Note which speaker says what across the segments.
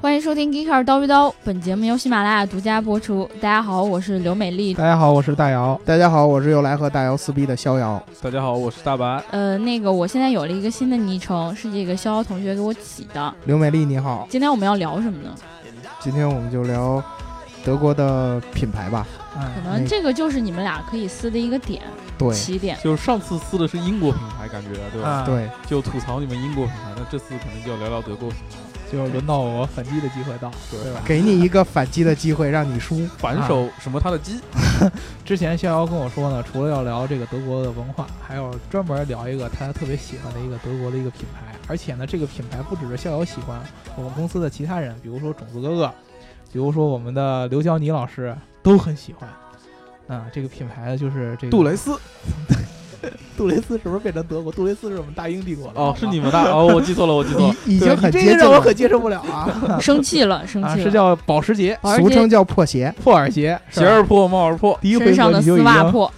Speaker 1: 欢迎收听《Geeker 叨逼叨》，本节目由喜马拉雅独家播出。大家好，我是刘美丽。
Speaker 2: 大家好，我是大姚。
Speaker 3: 大家好，我是又来和大姚撕逼的逍遥。
Speaker 2: 大家好，我是大白。
Speaker 1: 呃，那个我现在有了一个新的昵称，是这个逍遥同学给我起的。
Speaker 3: 刘美丽你好，
Speaker 1: 今天我们要聊什么呢？
Speaker 3: 今天我们就聊德国的品牌吧。
Speaker 1: 可
Speaker 2: 哎，
Speaker 1: 能这个就是你们俩可以撕的一个点，
Speaker 3: 对
Speaker 1: 起 点。
Speaker 4: 就是上次撕的是英国品牌，感觉对吧？
Speaker 2: 啊，
Speaker 3: 对，
Speaker 4: 就吐槽你们英国品牌，那这次可能就要聊聊德国品牌。
Speaker 2: 就轮到我反击的机会到，对吧？
Speaker 3: 给你一个反击的机会，让你输。
Speaker 4: 反手什么他的鸡，
Speaker 2: 之前逍遥跟我说呢，除了要聊这个德国的文化，还要专门聊一个他特别喜欢的一个德国的一个品牌，而且呢，这个品牌不只是逍遥喜欢，我们公司的其他人，比如说种子哥哥，比如说我们的刘娇妮老师都很喜欢。啊，这个品牌就是这个
Speaker 4: 杜蕾斯
Speaker 2: 杜蕾斯是不是变成德国？杜蕾斯是我们大英帝国的
Speaker 4: 哦，是你们 的哦，我记错了，我记错了。
Speaker 3: 已已
Speaker 2: 对
Speaker 3: 经
Speaker 2: 你
Speaker 3: 很
Speaker 2: 这
Speaker 3: 接
Speaker 2: 个
Speaker 3: 近
Speaker 2: 让我
Speaker 3: 了，
Speaker 2: 可接受不了 啊！
Speaker 1: 生气了，生
Speaker 2: 啊，
Speaker 1: 气
Speaker 2: 是
Speaker 1: 了。
Speaker 2: 叫保时捷
Speaker 1: 保时
Speaker 3: 俗
Speaker 1: 捷
Speaker 3: 称叫破鞋。
Speaker 2: 破耳鞋，是
Speaker 4: 鞋
Speaker 2: 吧
Speaker 4: 儿破，帽儿破，
Speaker 2: 第一回
Speaker 1: 身上
Speaker 2: 合
Speaker 1: 的
Speaker 2: 你就
Speaker 1: 丝
Speaker 2: 已
Speaker 1: 袜
Speaker 2: 经
Speaker 1: 破，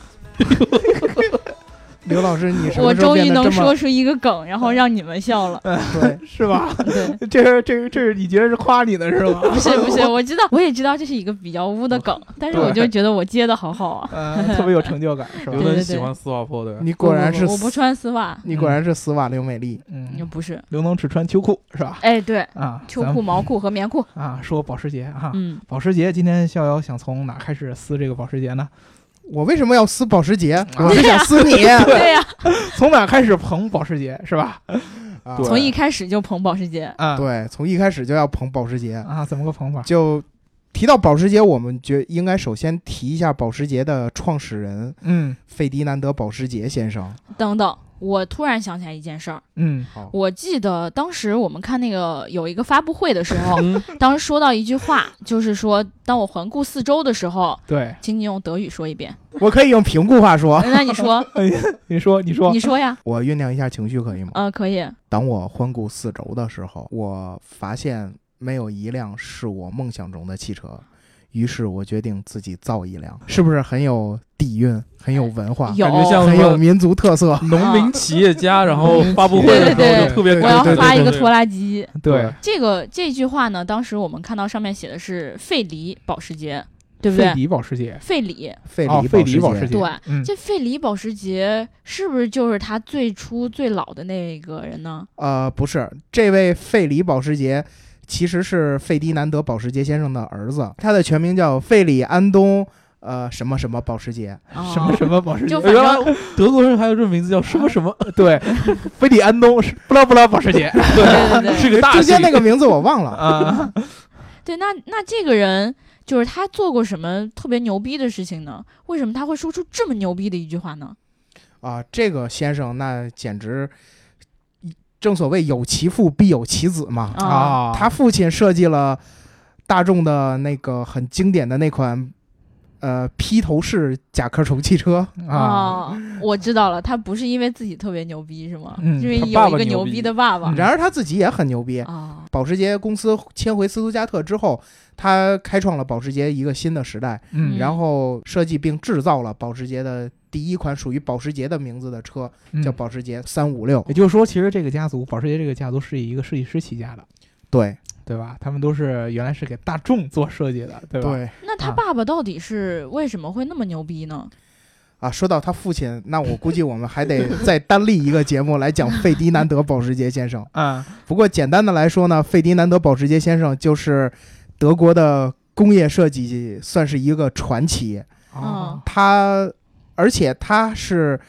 Speaker 3: 刘老师，你什
Speaker 1: 我
Speaker 3: 么时候
Speaker 1: 终于
Speaker 3: 变得
Speaker 1: 能
Speaker 3: 这么
Speaker 1: 说出一个梗，然后让你们笑 了。
Speaker 3: 对？
Speaker 2: 是 吧？
Speaker 1: 对，
Speaker 2: 这是这是这是你觉得是夸你的是吗？
Speaker 1: 不是 不是，我知道，我也知道这是一个比较污的梗，但是我就觉得我接的好好啊。
Speaker 2: 呃，特别有成就感是吧
Speaker 4: 有？
Speaker 1: 对
Speaker 4: 的
Speaker 1: 对
Speaker 4: 人喜欢丝袜破的，
Speaker 3: 你果然是
Speaker 1: 不不不我不穿丝袜，
Speaker 3: 你果然是丝袜刘美丽。
Speaker 1: 也
Speaker 2: 嗯，
Speaker 1: 不是。
Speaker 2: 刘能只穿秋裤是吧？
Speaker 1: 哎，对，
Speaker 2: 啊，
Speaker 1: 秋
Speaker 2: 咱
Speaker 1: 裤、毛裤和棉裤。
Speaker 2: 啊，说保时捷啊，
Speaker 1: 嗯，
Speaker 2: 保时捷，今天逍遥想从哪开始撕这个保时捷呢？
Speaker 3: 我为什么要撕保时捷？
Speaker 2: 对
Speaker 3: 我是想撕你。
Speaker 1: 对啊呀，
Speaker 2: 从哪开始捧保时捷是吧？
Speaker 3: 啊
Speaker 4: 对
Speaker 1: 从一开始就捧保时捷。
Speaker 2: 啊，
Speaker 3: 对，从一开始就要捧保时捷。
Speaker 2: 啊，怎么个捧法？
Speaker 3: 就提到保时捷，我们觉应该首先提一下保时捷的创始人
Speaker 2: 嗯
Speaker 3: 费迪南德·保时捷先生。
Speaker 1: 等等，我突然想起来一件事儿，
Speaker 2: 嗯
Speaker 3: 好，
Speaker 1: 我记得当时我们看那个有一个发布会的时候，
Speaker 4: 嗯，
Speaker 1: 当时说到一句话，就是说，当我环顾四周的时候，
Speaker 2: 对，
Speaker 1: 请你用德语说一遍。
Speaker 3: 我可以用平固话说。
Speaker 1: 那你说，
Speaker 2: 你说你说
Speaker 1: 你说呀？
Speaker 3: 我酝酿一下情绪可以
Speaker 2: 啊
Speaker 3: 吗？
Speaker 1: 嗯，可以。
Speaker 3: 当我环顾四周的时候，我发现没有一辆是我梦想中的汽车，于是我决定自己造一辆，是不是很有底蕴，很有文化，
Speaker 1: 有
Speaker 4: 感觉像
Speaker 3: 很
Speaker 4: 什
Speaker 3: 有
Speaker 4: 么
Speaker 3: 民族特色？
Speaker 4: 农民企业家，然后发布会的
Speaker 1: 对
Speaker 4: 时
Speaker 1: 对
Speaker 4: 候
Speaker 1: 对
Speaker 4: 就特别
Speaker 3: 对
Speaker 1: 我要
Speaker 4: 啊对对
Speaker 1: 发一个
Speaker 4: 对
Speaker 1: 拖拉机。
Speaker 2: 对，
Speaker 1: 这个这句话呢，当时我们看到上面写的是费里保时捷，对不
Speaker 2: 费
Speaker 1: 对？
Speaker 2: 迪保时捷，
Speaker 1: 费里，
Speaker 3: 费
Speaker 2: 哦，
Speaker 3: 里
Speaker 2: 费迪
Speaker 3: 保
Speaker 2: 保
Speaker 3: 时
Speaker 2: 时
Speaker 3: 捷
Speaker 2: 捷，
Speaker 1: 对
Speaker 2: 嗯，
Speaker 1: 这费里保时捷是不是就是他最初最老的那个人呢？
Speaker 3: 呃，不是，这位费里保时捷其实是费迪南德·保时捷先生的儿子，他的全名叫费里安东。呃，什么什么保时捷？
Speaker 1: 啊
Speaker 2: 什么什么保啊时捷
Speaker 1: 就，反
Speaker 4: 原
Speaker 1: 正
Speaker 4: 来 德国人还有这名字叫什么什么，
Speaker 2: 对， 菲利安东是不拉不拉保 时捷
Speaker 1: 对对对
Speaker 4: 是个大
Speaker 3: 中
Speaker 4: 系
Speaker 3: 间那个名字我忘 了。
Speaker 2: 啊，
Speaker 1: 对，那那这个人就是他做过什么特别牛逼的事情呢？为什么他会说出这么牛逼的一句话呢？
Speaker 3: 啊、这个先生那简直，正所谓有其父必有其子嘛。
Speaker 1: 啊，
Speaker 3: 他父亲设计了大众的那个很经典的那款，呃，披头士甲壳虫汽车。
Speaker 2: 啊，
Speaker 1: 哦我知道了，他不是因为自己特别牛逼是吗？
Speaker 2: 嗯
Speaker 1: 因为
Speaker 4: 他
Speaker 1: 有
Speaker 4: 爸
Speaker 1: 一
Speaker 4: 爸
Speaker 1: 个
Speaker 4: 牛
Speaker 1: 牛
Speaker 4: 逼
Speaker 1: 逼的爸爸
Speaker 2: 嗯
Speaker 3: 然而他自己也很牛逼。
Speaker 1: 啊，
Speaker 3: 保时捷公司迁回斯图加特之后，他开创了保时捷一个新的时代，
Speaker 2: 嗯，
Speaker 1: 嗯
Speaker 3: 然后设计并制造了保时捷的第一款属于保时捷的名字的车，
Speaker 2: 嗯
Speaker 3: 叫保时捷三五六。
Speaker 2: 也就是说，其实这个家族保时捷这个家族是以一个设计师起家的，
Speaker 3: 对
Speaker 2: 对吧？他们都是原来是给大众做设计的，对吧？
Speaker 3: 对
Speaker 1: 那他
Speaker 2: 啊
Speaker 1: 爸爸到底是为什么会那么牛逼呢？
Speaker 3: 啊，说到他父亲，那我估计我们还得再单立一个节目来讲费迪南德·保时捷先生。
Speaker 2: 啊，
Speaker 3: 不过简单的来说呢，费迪南德·保时捷先生就是德国的工业设计算是一个传奇。
Speaker 1: 哦
Speaker 3: 他，而且他是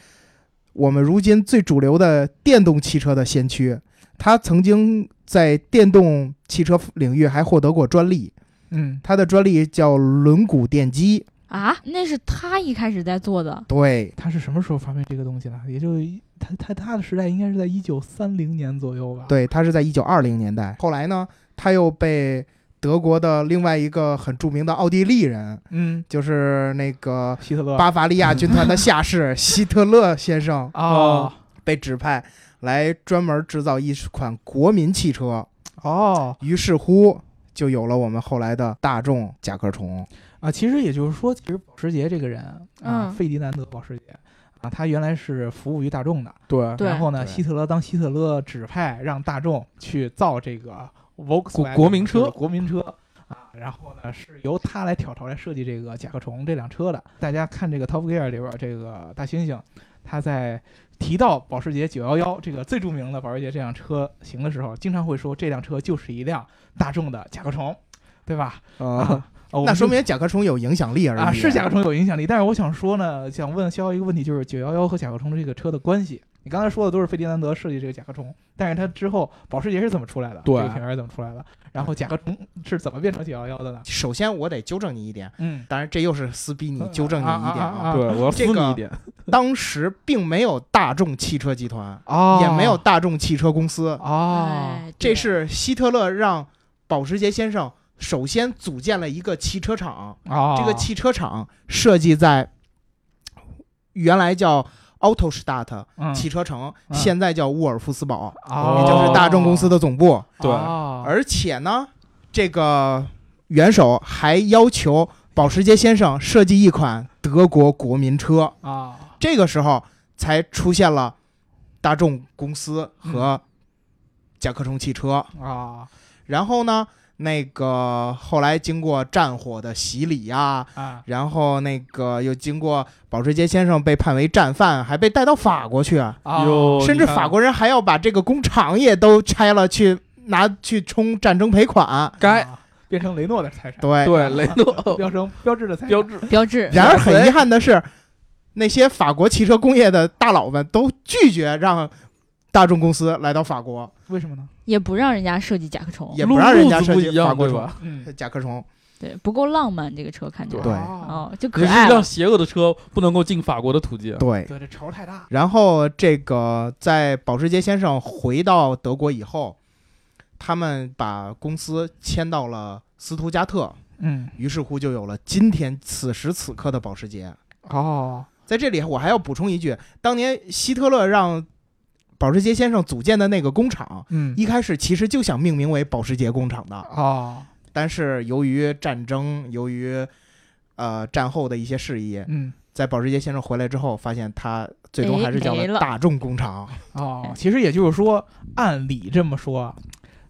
Speaker 3: 我们如今最主流的电动汽车的先驱。他曾经在电动汽车领域还获得过专利，
Speaker 2: 嗯，
Speaker 3: 他的专利叫轮毂电机。
Speaker 1: 啊，那是他一开始在做的，
Speaker 3: 对，
Speaker 2: 他是什么时候发明这个东西呢？也就一他他他的时代应该是在一九三零年左右吧？，
Speaker 3: 对，他是在一九二零年代。后来呢，他又被德国的另外一个很著名的奥地利人，
Speaker 2: 嗯，
Speaker 3: 就是那个
Speaker 2: 希特勒
Speaker 3: 巴伐利亚军 团的下士希特勒先生
Speaker 2: 哦
Speaker 3: 被指派来专门制造一款国民汽车，
Speaker 2: 哦
Speaker 3: 于是乎就有了我们后来的大众甲壳虫。
Speaker 2: 啊，其实也就是说，其实保时捷这个人啊，
Speaker 1: 嗯
Speaker 2: 费迪南德保时捷啊，他原来是服务于大众的。
Speaker 4: 对
Speaker 1: 对
Speaker 2: 然后呢，哦
Speaker 3: 对
Speaker 2: 希特勒当希特勒指派让大众去造这个 Volkswagen
Speaker 4: 国民车
Speaker 2: 就是国民车啊。然后呢，是由他来挑槽、来设计这个甲壳虫这辆车的。大家看这个 Top Gear 里边儿这个大猩猩，他在提到保时捷911这个最著名的保时捷这辆车型的时候，经常会说这辆车就是一辆大众的甲壳虫，对吧？
Speaker 3: 啊，
Speaker 2: 我们
Speaker 3: 那
Speaker 2: 就
Speaker 3: 说明甲壳虫有影响力而已
Speaker 2: 啊，是甲壳虫有影响力。但是我想说呢，想问逍遥一个问题，就是九幺幺和甲壳虫这个车的关系。你刚才说的都是费迪南德设计这个甲壳虫，但是它之后保时捷是怎么出来的？
Speaker 4: 对
Speaker 2: 这个品牌是怎么出来的？然后甲壳虫是怎么变成九幺幺的呢？
Speaker 3: 首先，我得纠正你一点，
Speaker 2: 嗯，
Speaker 3: 当然这又是撕逼你纠正你一点
Speaker 2: 啊啊啊啊
Speaker 4: 对，我要撕
Speaker 3: 这个
Speaker 4: 你一点。
Speaker 3: 当时并没有大众汽车集团，
Speaker 2: 哦
Speaker 3: 也没有大众汽车公司，
Speaker 2: 哦，
Speaker 1: 哎
Speaker 3: 这是希特勒让保时捷先生首先组建了一个汽车厂，
Speaker 2: 哦，
Speaker 3: 这个汽车厂设计在原来叫 Autostadt
Speaker 2: 嗯
Speaker 3: 汽车城，
Speaker 2: 嗯
Speaker 3: 现在叫沃尔夫斯堡，
Speaker 2: 哦
Speaker 3: 也就是大众公司的总部。
Speaker 4: 对
Speaker 2: 哦
Speaker 3: 而且呢，这个元首还要求保时捷先生设计一款德国国民车。
Speaker 2: 啊
Speaker 3: 这个时候才出现了大众公司和甲壳虫汽车。
Speaker 2: 啊
Speaker 3: 然后呢，那个后来经过战火的洗礼呀、
Speaker 2: 啊
Speaker 3: 然后那个又经过保时捷先生被判为战犯，还被带到法国去，
Speaker 2: 啊
Speaker 4: 哟
Speaker 3: 甚至法国人还要把这个工厂也都拆了去拿去充战争赔款。
Speaker 4: 该
Speaker 2: 啊变成雷诺的财产，
Speaker 3: 对，
Speaker 4: 对雷 诺
Speaker 2: 标成标志的财产
Speaker 4: 标志
Speaker 1: 标志
Speaker 3: 然而很遗憾的是，那些法国汽车工业的大佬们都拒绝让大众公司来到法国，
Speaker 2: 为什么呢？
Speaker 1: 也不让人家设计甲壳虫，
Speaker 3: 也不让人家
Speaker 4: 路子
Speaker 3: 设
Speaker 4: 不
Speaker 3: 计
Speaker 4: 一
Speaker 3: 法
Speaker 4: 样，
Speaker 3: 国
Speaker 4: 对
Speaker 3: 虫、
Speaker 4: 吧？
Speaker 2: 嗯，
Speaker 3: 甲壳虫。
Speaker 1: 对，不够浪漫这个车看起来
Speaker 3: 对
Speaker 2: 哦
Speaker 1: 哦，就
Speaker 4: 你
Speaker 1: 可
Speaker 4: 是
Speaker 1: 爱
Speaker 4: 让
Speaker 1: 了。
Speaker 4: 邪恶的车不能够进法国的土地。啊
Speaker 3: 对，
Speaker 2: 对，这仇太大，
Speaker 3: 然后这个在保时捷先生回到德国以后，他们把公司迁到了斯图加特，
Speaker 2: 嗯
Speaker 3: 于是乎就有了今天此时此刻的保时捷。
Speaker 2: 哦
Speaker 3: 在这里，我还要补充一句，当年希特勒让保时捷先生组建的那个工厂，
Speaker 2: 嗯
Speaker 3: 一开始其实就想命名为保时捷工厂的，
Speaker 2: 哦
Speaker 3: 但是由于战争，由于呃战后的一些事宜，
Speaker 2: 嗯。
Speaker 3: 在保时捷先生回来之后，发现他最终
Speaker 1: 哎
Speaker 3: 还是叫
Speaker 1: 没了
Speaker 3: 大众工厂。
Speaker 2: 哦
Speaker 1: 哎，
Speaker 2: 其实也就是说，按理这么说，啊，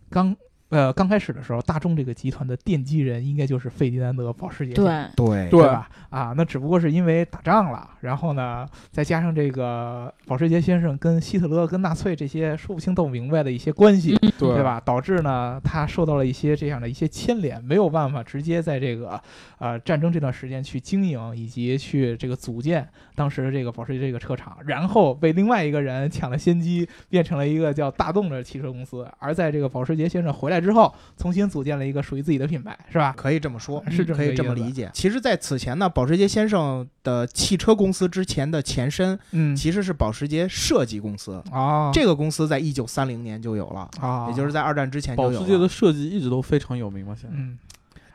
Speaker 2: 刚呃刚开始的时候，大众这个集团的奠基人应该就是费迪南德·保时捷，
Speaker 1: 对，
Speaker 3: 对
Speaker 2: 对吧？啊，那只不过是因为打仗了，然后呢，再加上这个保时捷先生跟希特勒、跟纳粹这些说不清道不明白的一些关系，
Speaker 1: 嗯
Speaker 4: 对
Speaker 2: 对？吧？导致呢，他受到了一些这样的一些牵连，没有办法直接在这个呃战争这段时间去经营以及去这个组建当时的这个保时捷这个车厂，然后被另外一个人抢了先机，变成了一个叫大众的汽车公司。而在这个保时捷先生回来之后，重新组建了一个属于自己的品牌，是吧？
Speaker 3: 可以这么说，
Speaker 2: 是这么
Speaker 3: 可以这么
Speaker 2: 个意思
Speaker 3: 理，解。其实，在此前呢，保时捷先生的汽车公司之前的前身
Speaker 2: 嗯，
Speaker 3: 其实是保时捷设计公司，
Speaker 2: 哦，
Speaker 3: 这个公司在一九三零年就有了，
Speaker 2: 啊，
Speaker 3: 也就是在二战之前
Speaker 4: 保
Speaker 3: 就有啊
Speaker 4: 时捷的
Speaker 3: 了，
Speaker 4: 设计一直都非常有名嘛，现在。
Speaker 2: 嗯。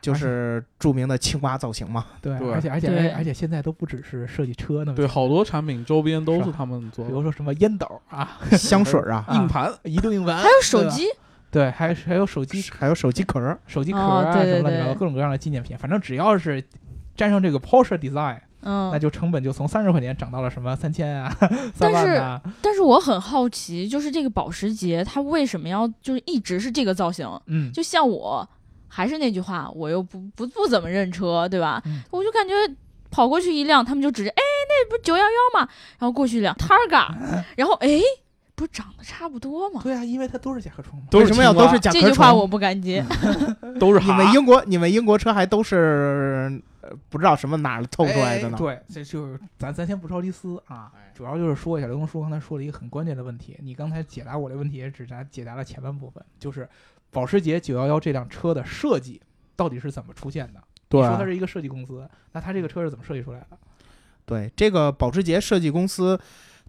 Speaker 3: 就是著名的青蛙造型嘛。
Speaker 2: 对，
Speaker 4: 对
Speaker 2: 而且而且而
Speaker 1: 对
Speaker 2: 且而且现在都不只是设计车那么
Speaker 4: 对，
Speaker 2: 简单，
Speaker 4: 好多产品周边都
Speaker 2: 是
Speaker 4: 是
Speaker 2: 吧
Speaker 4: 他们做
Speaker 2: 比
Speaker 4: 的，
Speaker 2: 如说什么烟斗啊、
Speaker 3: 香水 啊，
Speaker 4: 硬盘、
Speaker 2: 移动硬盘，
Speaker 1: 还有手
Speaker 2: 对吧
Speaker 1: 机，
Speaker 2: 对，还有还有手机
Speaker 3: 还有手机壳儿，
Speaker 2: 手机壳
Speaker 1: 哦
Speaker 2: 啊，
Speaker 1: 对对
Speaker 2: 什么乱七八糟
Speaker 1: 对
Speaker 2: 各种各样的纪念品，反正只要是沾上这个 Porsche Design，、那
Speaker 1: 嗯，
Speaker 2: 就成本就从三十块钱涨到了什么三千啊、
Speaker 1: 但
Speaker 2: 三
Speaker 1: 是
Speaker 2: 万啊。
Speaker 1: 但是我很好奇，就是这个保时捷，它为什么要就是一直是这个造型？
Speaker 2: 嗯，
Speaker 1: 就像我，还是那句话，我又不不不怎么认车，对吧？
Speaker 2: 嗯
Speaker 1: 我就感觉跑过去一辆，他们就直接哎，那不九幺幺嘛，然后过去一辆 Targa，然后哎，不是长得差不多吗？
Speaker 2: 对啊，因为它都是甲壳虫嘛。
Speaker 4: 都
Speaker 3: 为
Speaker 4: 是
Speaker 3: 什么要
Speaker 4: 青蛙
Speaker 3: 都是甲
Speaker 1: 这
Speaker 3: 壳
Speaker 1: 句话
Speaker 3: 虫？
Speaker 1: 我不敢接，
Speaker 4: 都是
Speaker 3: 你
Speaker 4: 哈
Speaker 3: 们英国，你们英国车还都是呃不知道什么哪儿凑出来的呢？哎
Speaker 2: 哎哎对，这就是咱咱先不着急撕啊，主要就是说一下刘东叔刚才说了一个很关键的问题，你刚才解答我的问题也只答解答了前半部分，就是保时捷911这辆车的设计到底是怎么出现的？
Speaker 4: 对
Speaker 2: 你说它是一个设计公司，那它这个车是怎么设计出来的？
Speaker 3: 对，这个保时捷设计公司，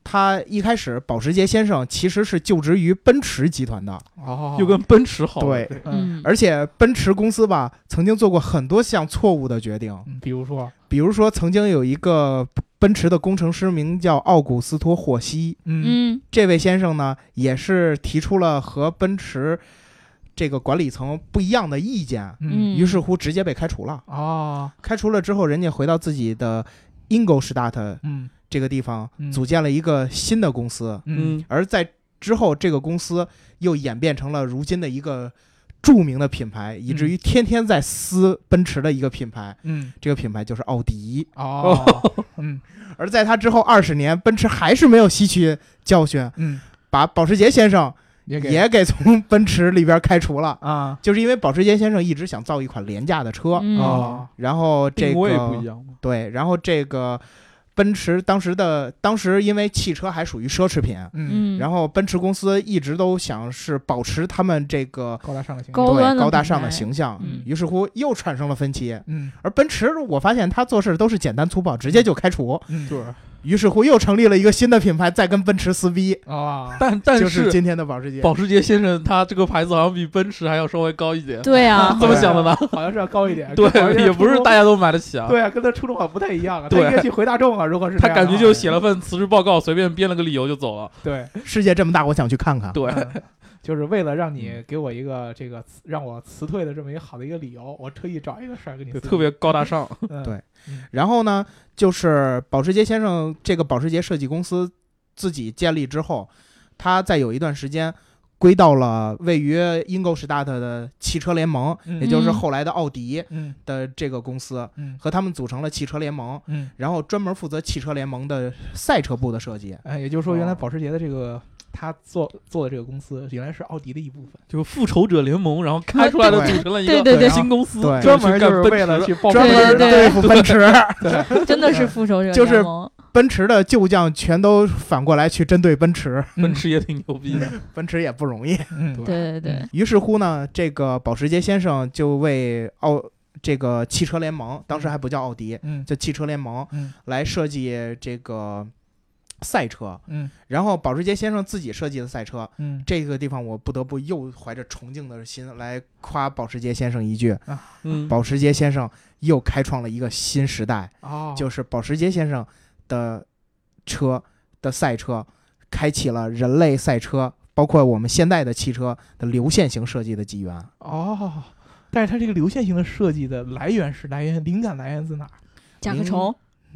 Speaker 3: 它一开始保时捷先生其实是就职于奔驰集团的，
Speaker 2: 哦
Speaker 4: 又跟奔驰好，
Speaker 3: 对，
Speaker 2: 嗯
Speaker 1: 嗯，
Speaker 3: 而且奔驰公司吧，曾经做过很多项错误的决定，
Speaker 2: 嗯，比如说
Speaker 3: 比如说曾经有一个奔驰的工程师名叫奥古斯托·霍希，
Speaker 2: 嗯
Speaker 1: 嗯
Speaker 3: 这位先生呢，也是提出了和奔驰这个管理层不一样的意见，
Speaker 1: 嗯，
Speaker 3: 于是乎直接被开除了。
Speaker 2: 哦，
Speaker 3: 开除了之后，人家回到自己的 Ingolstadt
Speaker 2: 嗯
Speaker 3: 这个地方
Speaker 2: 嗯，
Speaker 3: 组建了一个新的公司，
Speaker 2: 嗯
Speaker 4: 嗯，
Speaker 3: 而在之后，这个公司又演变成了如今的一个著名的品牌，以
Speaker 4: 嗯
Speaker 3: 至于天天在撕奔驰的一个品牌，
Speaker 2: 嗯，
Speaker 3: 这个品牌就是奥迪。
Speaker 2: 哦，嗯
Speaker 3: 而在他之后二十年，奔驰还是没有吸取教训，
Speaker 2: 嗯，
Speaker 3: 把保时捷先生
Speaker 2: 也给
Speaker 3: 也给从奔驰里边开除了，
Speaker 2: 啊，
Speaker 3: 就是因为保时捷先生一直想造一款廉价的车，
Speaker 1: 嗯
Speaker 2: 哦，
Speaker 3: 然后这
Speaker 4: 定
Speaker 3: 个
Speaker 4: 位不一样嘛。
Speaker 3: 对，然后这个奔驰当时的当时因为汽车还属于奢侈品，
Speaker 2: 嗯，
Speaker 1: 嗯，
Speaker 3: 然
Speaker 1: 后
Speaker 3: 后奔驰公司一直都想是保持他们这个
Speaker 2: 高大上的形象，
Speaker 1: 高端
Speaker 3: 对
Speaker 1: 的
Speaker 3: 高大上
Speaker 1: 品
Speaker 3: 的
Speaker 1: 牌
Speaker 3: 形象，
Speaker 1: 嗯
Speaker 3: 于是乎又产生了分歧。
Speaker 2: 嗯
Speaker 3: 而奔驰，我发现他做事都是简单粗暴，直接就开除。
Speaker 2: 嗯，
Speaker 4: 对，
Speaker 3: 于是乎又成立了一个新的品牌，再跟奔驰撕逼，
Speaker 2: 啊，
Speaker 4: 但但
Speaker 3: 就是今天的保时捷。
Speaker 4: 保时捷先生他这个牌子好像比奔驰还要稍微高一点，
Speaker 1: 对 啊，
Speaker 4: 这么想的吧？
Speaker 2: 好像是要高一点，
Speaker 4: 对
Speaker 2: 跟保时，捷
Speaker 4: 也不是
Speaker 2: 初衷
Speaker 4: 大家都买得起啊。
Speaker 2: 对啊，跟他初衷好像不太一样啊，他
Speaker 4: 对
Speaker 2: 应该去回大众啊，如果是这
Speaker 4: 他
Speaker 2: 样的
Speaker 4: 感
Speaker 2: 话
Speaker 4: 觉就写了份辞职报告，随便编了个理由就走了。
Speaker 2: 对，
Speaker 3: 世界这么大，我想去看看。
Speaker 4: 对，
Speaker 2: 嗯 就是为了让你给我一个这个辞让我辞退的这么一个好的一个理由，我特意找一个事儿给你
Speaker 4: 就
Speaker 2: 撕
Speaker 4: 特别高大上。
Speaker 2: 嗯
Speaker 3: 对然后呢，就是保时捷先生这个保时捷设计公司自己建立之后，他在有一段时间归到了位于英格士大特的汽车联盟，
Speaker 2: 嗯
Speaker 3: 也就是后来的奥迪
Speaker 2: 嗯
Speaker 3: 的这个公司，
Speaker 2: 嗯
Speaker 3: 和他们组成了汽车联盟，
Speaker 2: 嗯，
Speaker 3: 然后专门负责汽车联盟的赛车部的设计。
Speaker 2: 哎，也就是说，
Speaker 3: 哦
Speaker 2: 原来保时捷的这个他做做的这个公司，原来是奥迪的一部分，
Speaker 4: 就复仇者联盟，然后开出来的组成了一
Speaker 1: 对
Speaker 4: 个
Speaker 1: 对对，
Speaker 4: 新公司，
Speaker 3: 对
Speaker 2: 专门就是为了
Speaker 4: 去
Speaker 2: 去报复
Speaker 3: 专
Speaker 1: 对
Speaker 3: 门
Speaker 1: 对
Speaker 3: 对付奔驰，
Speaker 1: 真的是复仇者
Speaker 3: 就是
Speaker 1: 联盟
Speaker 3: 奔驰的旧将全都反过来去针对奔驰，
Speaker 4: 奔驰也挺牛逼的。
Speaker 3: 奔驰也不容易。
Speaker 2: 嗯，嗯
Speaker 1: 对对对，
Speaker 3: 于是乎呢，这个保时捷先生就为奥这个汽车联盟，当时还不叫奥迪，
Speaker 2: 嗯
Speaker 3: 叫汽车联盟
Speaker 2: 嗯
Speaker 3: 来设计这个赛车。
Speaker 2: 嗯
Speaker 3: 然后保时捷先生自己设计的赛车，
Speaker 2: 嗯
Speaker 3: 这个地方我不得不又怀着崇敬的心来夸保时捷先生一句：
Speaker 4: 嗯，
Speaker 3: 保时捷先生又开创了一个新时代，
Speaker 2: 哦，
Speaker 3: 就是保时捷先生的车的赛车，开启了人类赛车，包括我们现代的汽车的流线型设计的纪 元。
Speaker 2: 哦。但是它这个流线型的设计的来源是来源灵感来源自哪儿？
Speaker 1: 甲壳虫，
Speaker 2: 嗯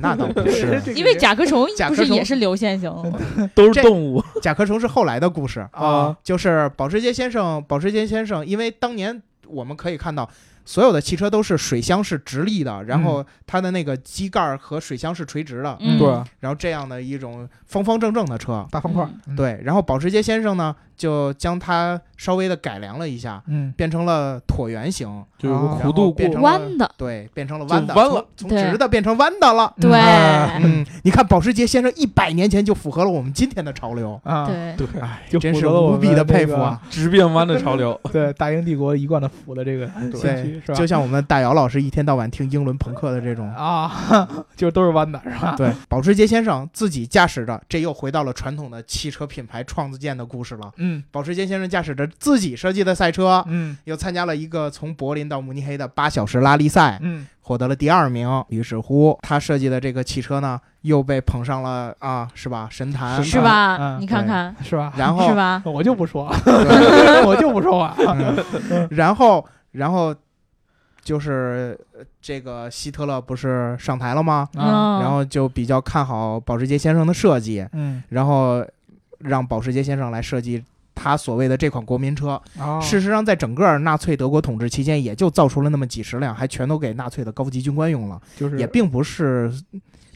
Speaker 3: 那倒不啊是，
Speaker 2: 这个
Speaker 1: 因为甲壳虫
Speaker 3: 甲
Speaker 1: 不
Speaker 3: 壳
Speaker 1: 是
Speaker 3: 虫
Speaker 1: 也是流线型吗？
Speaker 4: 都
Speaker 3: 这
Speaker 4: 是动物。
Speaker 3: 甲壳虫是后来的故事
Speaker 2: 啊
Speaker 3: 就是保时捷先生，保时捷先生，因为当年我们可以看到。所有的汽车都是水箱是直立的，然
Speaker 2: 嗯
Speaker 3: 后它的那个机盖儿和水箱是垂直的，
Speaker 1: 嗯，
Speaker 4: 对
Speaker 3: 然后这样的一种方方正正的车，
Speaker 2: 大方块儿，嗯，
Speaker 3: 对。然后保时捷先生呢，就将它稍微的改良了一下，
Speaker 2: 嗯
Speaker 3: 变成了椭圆形，
Speaker 4: 就是
Speaker 2: 哦
Speaker 4: 弧度
Speaker 3: 变
Speaker 4: 过
Speaker 3: 成
Speaker 1: 弯的，
Speaker 3: 对，变成了弯的，
Speaker 4: 就弯了
Speaker 3: 从，从
Speaker 1: 对
Speaker 3: 直的变成弯的了。
Speaker 1: 对
Speaker 2: 啊
Speaker 3: 嗯，你看保时捷先生一百年前就符合了我们今天的潮流，
Speaker 2: 啊，
Speaker 1: 对，
Speaker 4: 对，
Speaker 3: 哎，
Speaker 2: 就
Speaker 3: 真
Speaker 2: 符
Speaker 3: 是
Speaker 2: 合了我
Speaker 3: 无
Speaker 2: 们
Speaker 3: 比的佩服
Speaker 2: 那个
Speaker 3: 啊！
Speaker 4: 直变弯的潮流。
Speaker 2: 对大英帝国一贯的腐的这个兴趣
Speaker 3: 对
Speaker 2: 是吧？，
Speaker 3: 就像我们大姚老师一天到晚听英伦朋克的这种。
Speaker 2: 啊， 就都是弯的是吧？
Speaker 3: 对，保时捷先生自己驾驶着，这又回到了传统的汽车品牌创建的故事了。
Speaker 2: 嗯
Speaker 3: 保时捷先生驾驶着自己设计的赛车，
Speaker 2: 嗯
Speaker 3: 又参加了一个从柏林到慕尼黑的八小时拉力赛，
Speaker 2: 嗯
Speaker 3: 获得了第二名。于是乎，他设计的这个汽车呢，又被捧上了啊，是吧？神坛
Speaker 1: 是
Speaker 2: 嗯
Speaker 1: 吧？
Speaker 2: 嗯
Speaker 1: 你看看，
Speaker 2: 是吧？
Speaker 3: 啊然后
Speaker 1: 是吧？
Speaker 2: 我就不 说，
Speaker 3: 对
Speaker 2: 我就不说话。
Speaker 3: 嗯然后，然后就是呃这个希特勒不是上台了吗？
Speaker 2: 啊，
Speaker 1: 嗯，
Speaker 3: 然后就比较看好保时捷先生的设计，
Speaker 2: 嗯，
Speaker 3: 然后让保时捷先生来设计他所谓的这款国民车。
Speaker 2: 哦
Speaker 3: 事实上，在整个纳粹德国统治期间，也就造出了那么几十辆，还全都给纳粹的高级军官用了，
Speaker 2: 就是
Speaker 3: 也并不是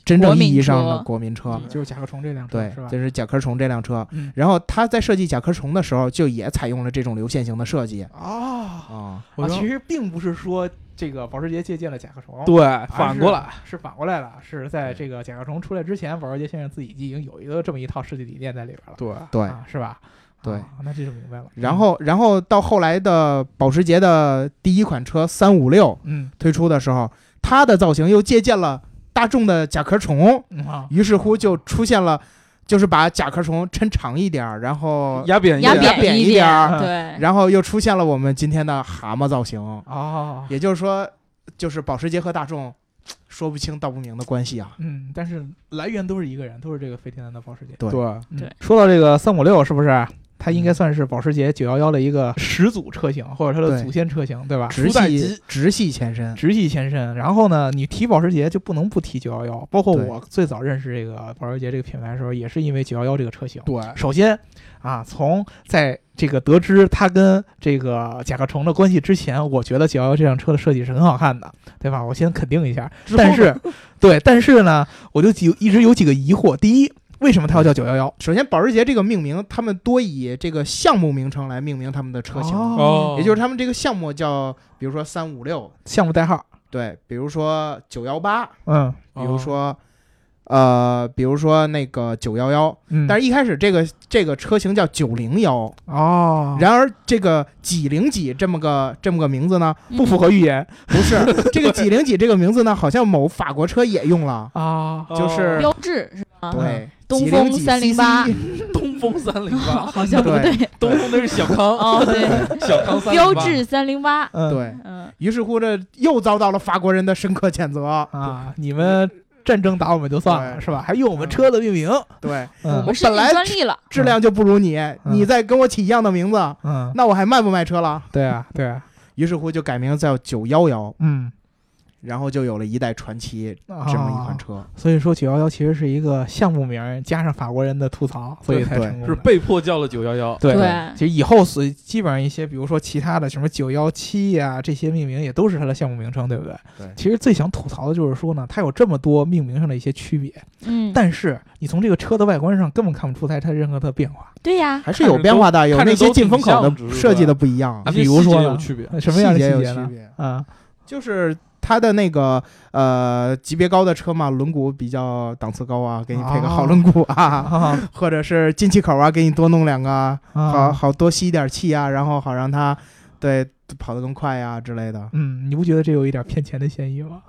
Speaker 3: 真正意义上的国民车。
Speaker 2: 就是甲壳虫这辆车
Speaker 3: 对
Speaker 2: 是吧，
Speaker 3: 这？是甲壳虫这辆车
Speaker 2: 嗯。
Speaker 3: 然后他在设计甲壳虫的时候，就也采用了这种流线型的设计
Speaker 2: 哦，
Speaker 3: 啊。
Speaker 4: 我
Speaker 2: 啊
Speaker 4: 说
Speaker 2: 其实并不是说这个保时捷借鉴了甲壳虫，
Speaker 4: 对，
Speaker 2: 而是
Speaker 4: 反过来，
Speaker 2: 是反过来了，是在这个甲壳虫出来之前，保时捷先生自己已经有一个这么一套设计理念在里边了，
Speaker 4: 对，
Speaker 3: 对，
Speaker 2: 啊，是吧？
Speaker 3: 对
Speaker 2: 啊，那这就明白了。
Speaker 3: 然后，然后到后来的保时捷的第一款车三五六
Speaker 2: 嗯，
Speaker 3: 推出的时候，它的造型又借鉴了大众的甲壳虫，
Speaker 2: 嗯啊，
Speaker 3: 于是乎就出现了，就是把甲壳虫抻长一点儿，然后
Speaker 4: 压扁一
Speaker 1: 压
Speaker 4: 点
Speaker 3: 扁
Speaker 1: 一
Speaker 3: 一点儿
Speaker 1: 对，
Speaker 3: 然后又出现了我们今天的蛤蟆造型。
Speaker 2: 哦，
Speaker 3: 也就是说，就是保时捷和大众说不清道不明的关系啊。
Speaker 2: 嗯，但是来源都是一个人，都是这个飞天蓝的保时捷。
Speaker 3: 对
Speaker 4: 对，
Speaker 2: 嗯
Speaker 1: 对
Speaker 2: 说到这个三五六，是不是啊它应
Speaker 4: 嗯
Speaker 2: 该算是保时捷911的一个始祖车型，或者它的
Speaker 3: 对
Speaker 2: 祖先车型，对吧？
Speaker 3: 直
Speaker 2: 初代机
Speaker 3: 系直系前身，
Speaker 2: 直系前身。然后呢，你提保时捷就不能不提911，包括
Speaker 3: 对
Speaker 2: 我最早认识这个保时捷这个品牌的时候，也是因为911这个车型。
Speaker 3: 对，
Speaker 2: 首先啊，从在这个得知它跟这个甲壳虫的关系之前，我觉得九幺幺这辆车的设计是很好看的，对吧？我先肯定一下。
Speaker 4: 之后呢
Speaker 2: 但是，对，但是呢，我就几一直有几个疑惑。第一，为什么它要叫九幺幺
Speaker 3: 首先保时捷这个命名，他们多以这个项目名称来命名他们的车型，
Speaker 4: 哦
Speaker 3: 也就是他们这个项目叫，比如说三五六，
Speaker 2: 项目代号，
Speaker 3: 对，比如说九幺八，
Speaker 2: 嗯
Speaker 3: 比
Speaker 4: 哦
Speaker 3: 如说，呃，比如说那个九幺幺，
Speaker 2: 嗯，
Speaker 3: 但
Speaker 2: 是
Speaker 3: 是一开始这个这个车型叫九零幺，
Speaker 2: 哦，
Speaker 3: 然而这个几零几这么个这么个名字呢，
Speaker 1: 嗯
Speaker 2: 不符合预 言
Speaker 3: 不是这个几零几这个名字呢，好像某法国车也用了，
Speaker 2: 啊
Speaker 4: 哦
Speaker 3: 就是
Speaker 1: 标志是吗？
Speaker 3: 对，
Speaker 1: 东风308
Speaker 3: 几零几 CC
Speaker 4: 东风三零八，
Speaker 1: 好像不
Speaker 3: 对
Speaker 1: 对
Speaker 4: 东风那是 小康，
Speaker 1: 哦，对，
Speaker 4: 小康三
Speaker 1: 标志三零八，
Speaker 2: 嗯，
Speaker 3: 对。
Speaker 1: 嗯，
Speaker 3: 于是乎，这又遭到了法国人的深刻谴责。
Speaker 2: 啊，你们战争打我们就算了，
Speaker 3: 对
Speaker 2: 是吧？还用我们车的命名，
Speaker 3: 对，
Speaker 1: 我
Speaker 2: 嗯
Speaker 1: 们申请
Speaker 3: 本来
Speaker 1: 专利了，
Speaker 3: 质量就不如你，你再跟我起一样的名字，
Speaker 2: 嗯，
Speaker 3: 那我还卖不卖车了？
Speaker 2: 对啊，对啊，
Speaker 3: 于是乎就改名叫九幺幺，
Speaker 2: 嗯，
Speaker 3: 然后就有了一代传奇嗯这么一款车。
Speaker 2: 所以说九幺幺其实是一个项目名儿加上法国人的吐槽，所以才
Speaker 3: 对
Speaker 2: 成功
Speaker 4: 是
Speaker 2: 的。
Speaker 4: 被迫叫了九幺幺。
Speaker 2: 对
Speaker 1: 对
Speaker 2: 其实以后是基本上一些，比如说其他的什么九幺七呀这些命名也都是它的项目名称，对不对？
Speaker 3: 对
Speaker 2: 其实最想吐槽的就是说呢，它有这么多命名上的一些区别，
Speaker 1: 嗯，
Speaker 2: 但是你从这个车的外观上根本看不出它它任何的变化。
Speaker 1: 对呀，
Speaker 3: 还是有变化的，有
Speaker 4: 看着都
Speaker 3: 那些进风口
Speaker 4: 看着都挺像
Speaker 3: 的
Speaker 4: 只是
Speaker 3: 设计的不一样，
Speaker 2: 比如说呢
Speaker 4: 也有区别，
Speaker 2: 那呃什么样的
Speaker 3: 细节有
Speaker 2: 节呢
Speaker 3: 区？别，
Speaker 2: 啊，
Speaker 3: 就是它的那个呃级别高的车嘛，轮毂比较档次高啊，给你配个好轮毂啊，
Speaker 2: 啊
Speaker 3: 或者是进气口啊，给你多弄两个啊，好
Speaker 2: 啊，
Speaker 3: 好多吸一点气啊，然后好让它对跑得更快呀、之类的。
Speaker 2: 嗯，你不觉得这有一点骗钱的嫌疑吗？